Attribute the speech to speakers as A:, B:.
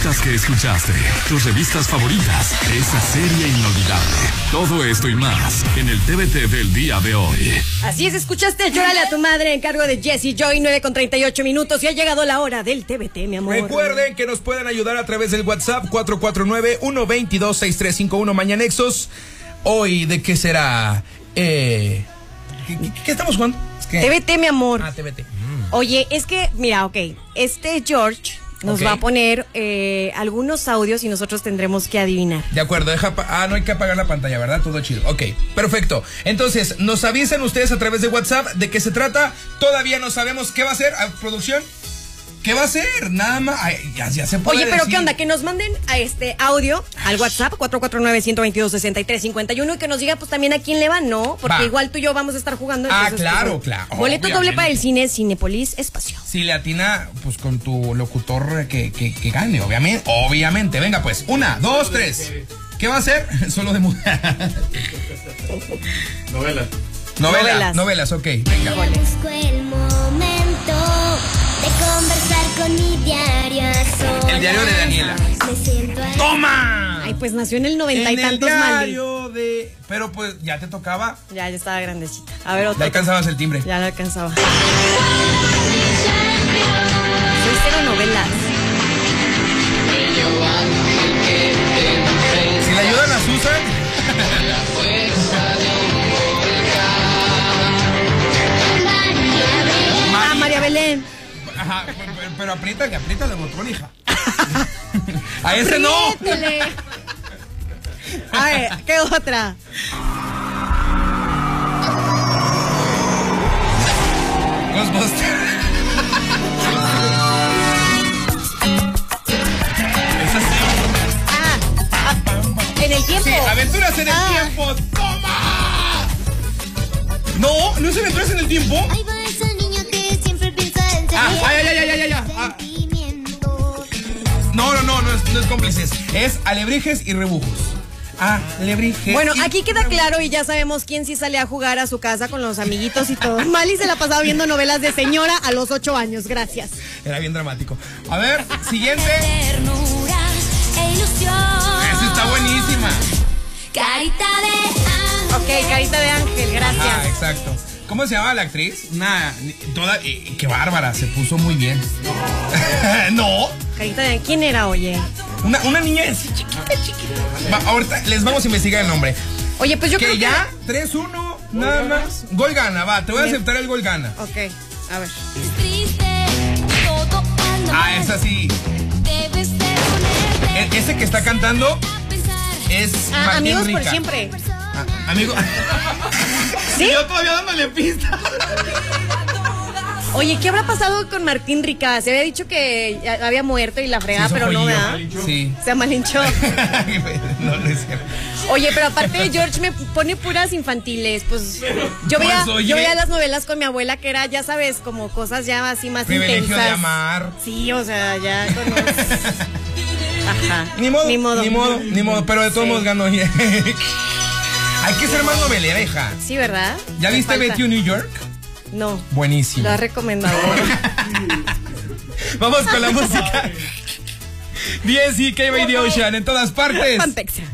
A: programas que escuchaste, tus revistas favoritas, esa serie inolvidable. Todo esto y más en el TBT del día de hoy.
B: Así es, escuchaste Llórale a tu madre en cargo de Jesse Joy, 9 con 38 minutos y ha llegado la hora del TBT, mi amor.
C: Recuerden que nos pueden ayudar a través del WhatsApp 449-122-6351 Mañanexos. Hoy, ¿de qué será? Eh, ¿qué, qué- qué estamos jugando? Es que-
B: TBT, mi amor.
C: Ah, TBT.
B: Oye, es que, mira, ok, este George nos
C: Ok.
B: va a poner eh, algunos audios y nosotros tendremos que adivinar.
C: De acuerdo, deja apa- ah, no hay que apagar la pantalla, ¿verdad? Todo chido. Ok, perfecto. Entonces, nos avisan ustedes a través de WhatsApp de qué se trata. Todavía no sabemos qué va a ser, ah, producción. ¿Qué va a ser? Nada más. ay, ya, ya se puede
B: Oye, pero
C: decir.
B: ¿qué onda? Que nos manden a este audio al WhatsApp 449-122-6351 y que nos diga pues también a quién le va, ¿no? Porque
C: Va.
B: igual tú y yo vamos a estar jugando.
C: Ah,
B: entonces,
C: claro,
B: pues,
C: claro,
B: Boleto doble
C: obviamente.
B: para el cine Cinepolis Espacio.
C: Si le atina, pues con tu locutor eh, que, que- que gane, obviamente. Obviamente. Venga, pues. Una, dos, tres. ¿Qué va a ser? Solo de mujer.
D: Novela.
C: Novela,
B: Novelas.
C: novelas, ok. Venga.
E: Busco el momento de conversar con mi diario a solas.
C: El diario de Daniela.
E: Me siento a-
C: ¡Toma!
B: Ay, pues nació en el noventa y
C: en el
B: tantos maldito.
C: diario de. Pero pues ya te tocaba.
B: Ya, ya estaba grandecita. A ver,
C: Ya
B: otro.
C: alcanzabas el timbre.
B: Ya la alcanzaba. Soy cero novelas.
C: Si le ayudan a Susan.
B: Ah, María Belén.
C: Ajá, pero, pero apriétale, apriétale el botón, hija. A ese no.
B: Apriétele. A ver, ¿qué otra?
C: Ghostbusters. Es así.
B: Ah, ah, en el tiempo.
C: Sí, aventuras en el
B: Ah.
C: tiempo. ¡Toma! No, no es aventuras en el tiempo.
E: Ahí va ese niño que siempre piensa en ser
C: Ah,
E: mi
C: ay, ay, ay, ay, ay, ay, ay. Ah,
E: sentimiento.
C: no, no, no, no es, no es cómplices. Es alebrijes y rebujos. Ah, alebrijes.
B: Bueno,
C: y
B: aquí queda
C: rebujos.
B: claro y ya sabemos quién sí sale a jugar a su casa con los amiguitos y todo. Mali se la ha pasado viendo novelas de señora a los ocho años. Gracias.
C: Era bien dramático. A ver, siguiente.
E: Ternura e
C: Esa
E: ilusión.
C: está buenísima.
E: Carita de ángel.
B: Ok, carita de ángel,
C: Ah,
B: gracias.
C: exacto. ¿Cómo se llamaba la actriz? Una. ni- Toda. eh, qué bárbara, se puso muy bien. no.
B: Carita de ángel. ¿Quién era, oye?
C: Una, una niña así chiquita, chiquita. Va, ahorita les vamos a investigar el nombre.
B: Oye, pues yo creo
C: que
B: que.
C: ya, 3-1, nada más. Gol gana, va, te voy a
B: Bien.
C: aceptar el gol gana.
B: Ok, a ver.
E: Triste, todo anda
C: Ah,
E: mal.
C: es así.
E: Debes de ponerte
C: E- Ese que está cantando
E: a pensar.
C: es.
B: Ah,
C: Martín
B: amigos por
C: Rica.
B: siempre.
C: Ah, amigo.
B: ¿Sí? Ah,
C: Yo todavía dándole pista.
B: Oye, ¿qué habrá pasado con Martín Rica? Se había dicho que ya había muerto y la fregada,
C: Se hizo
B: pero no,
C: joyillo.
B: ¿verdad?
C: Sí.
B: Se amalinchó.
C: no, no es cierto.
B: Oye, pero aparte George me pone puras infantiles, pues yo veía,
C: Pues, oye.
B: yo veía las novelas con mi abuela que era, ya sabes, como cosas ya así más
C: Privilegio
B: intensas.
C: de amar.
B: Sí, o sea, ya con los- Ajá.
C: Ni modo, ni modo, ni modo, pero de todos
B: Sí.
C: modos ganó. Hay que ser más novelera, hija.
B: Sí, ¿verdad?
C: ¿Ya
B: Me
C: viste
B: falta.
C: Betty en New York?
B: No.
C: Buenísimo.
B: Lo has recomendado.
C: Vamos con la música. 10 y K by the Ocean en todas partes.
B: Pantexa.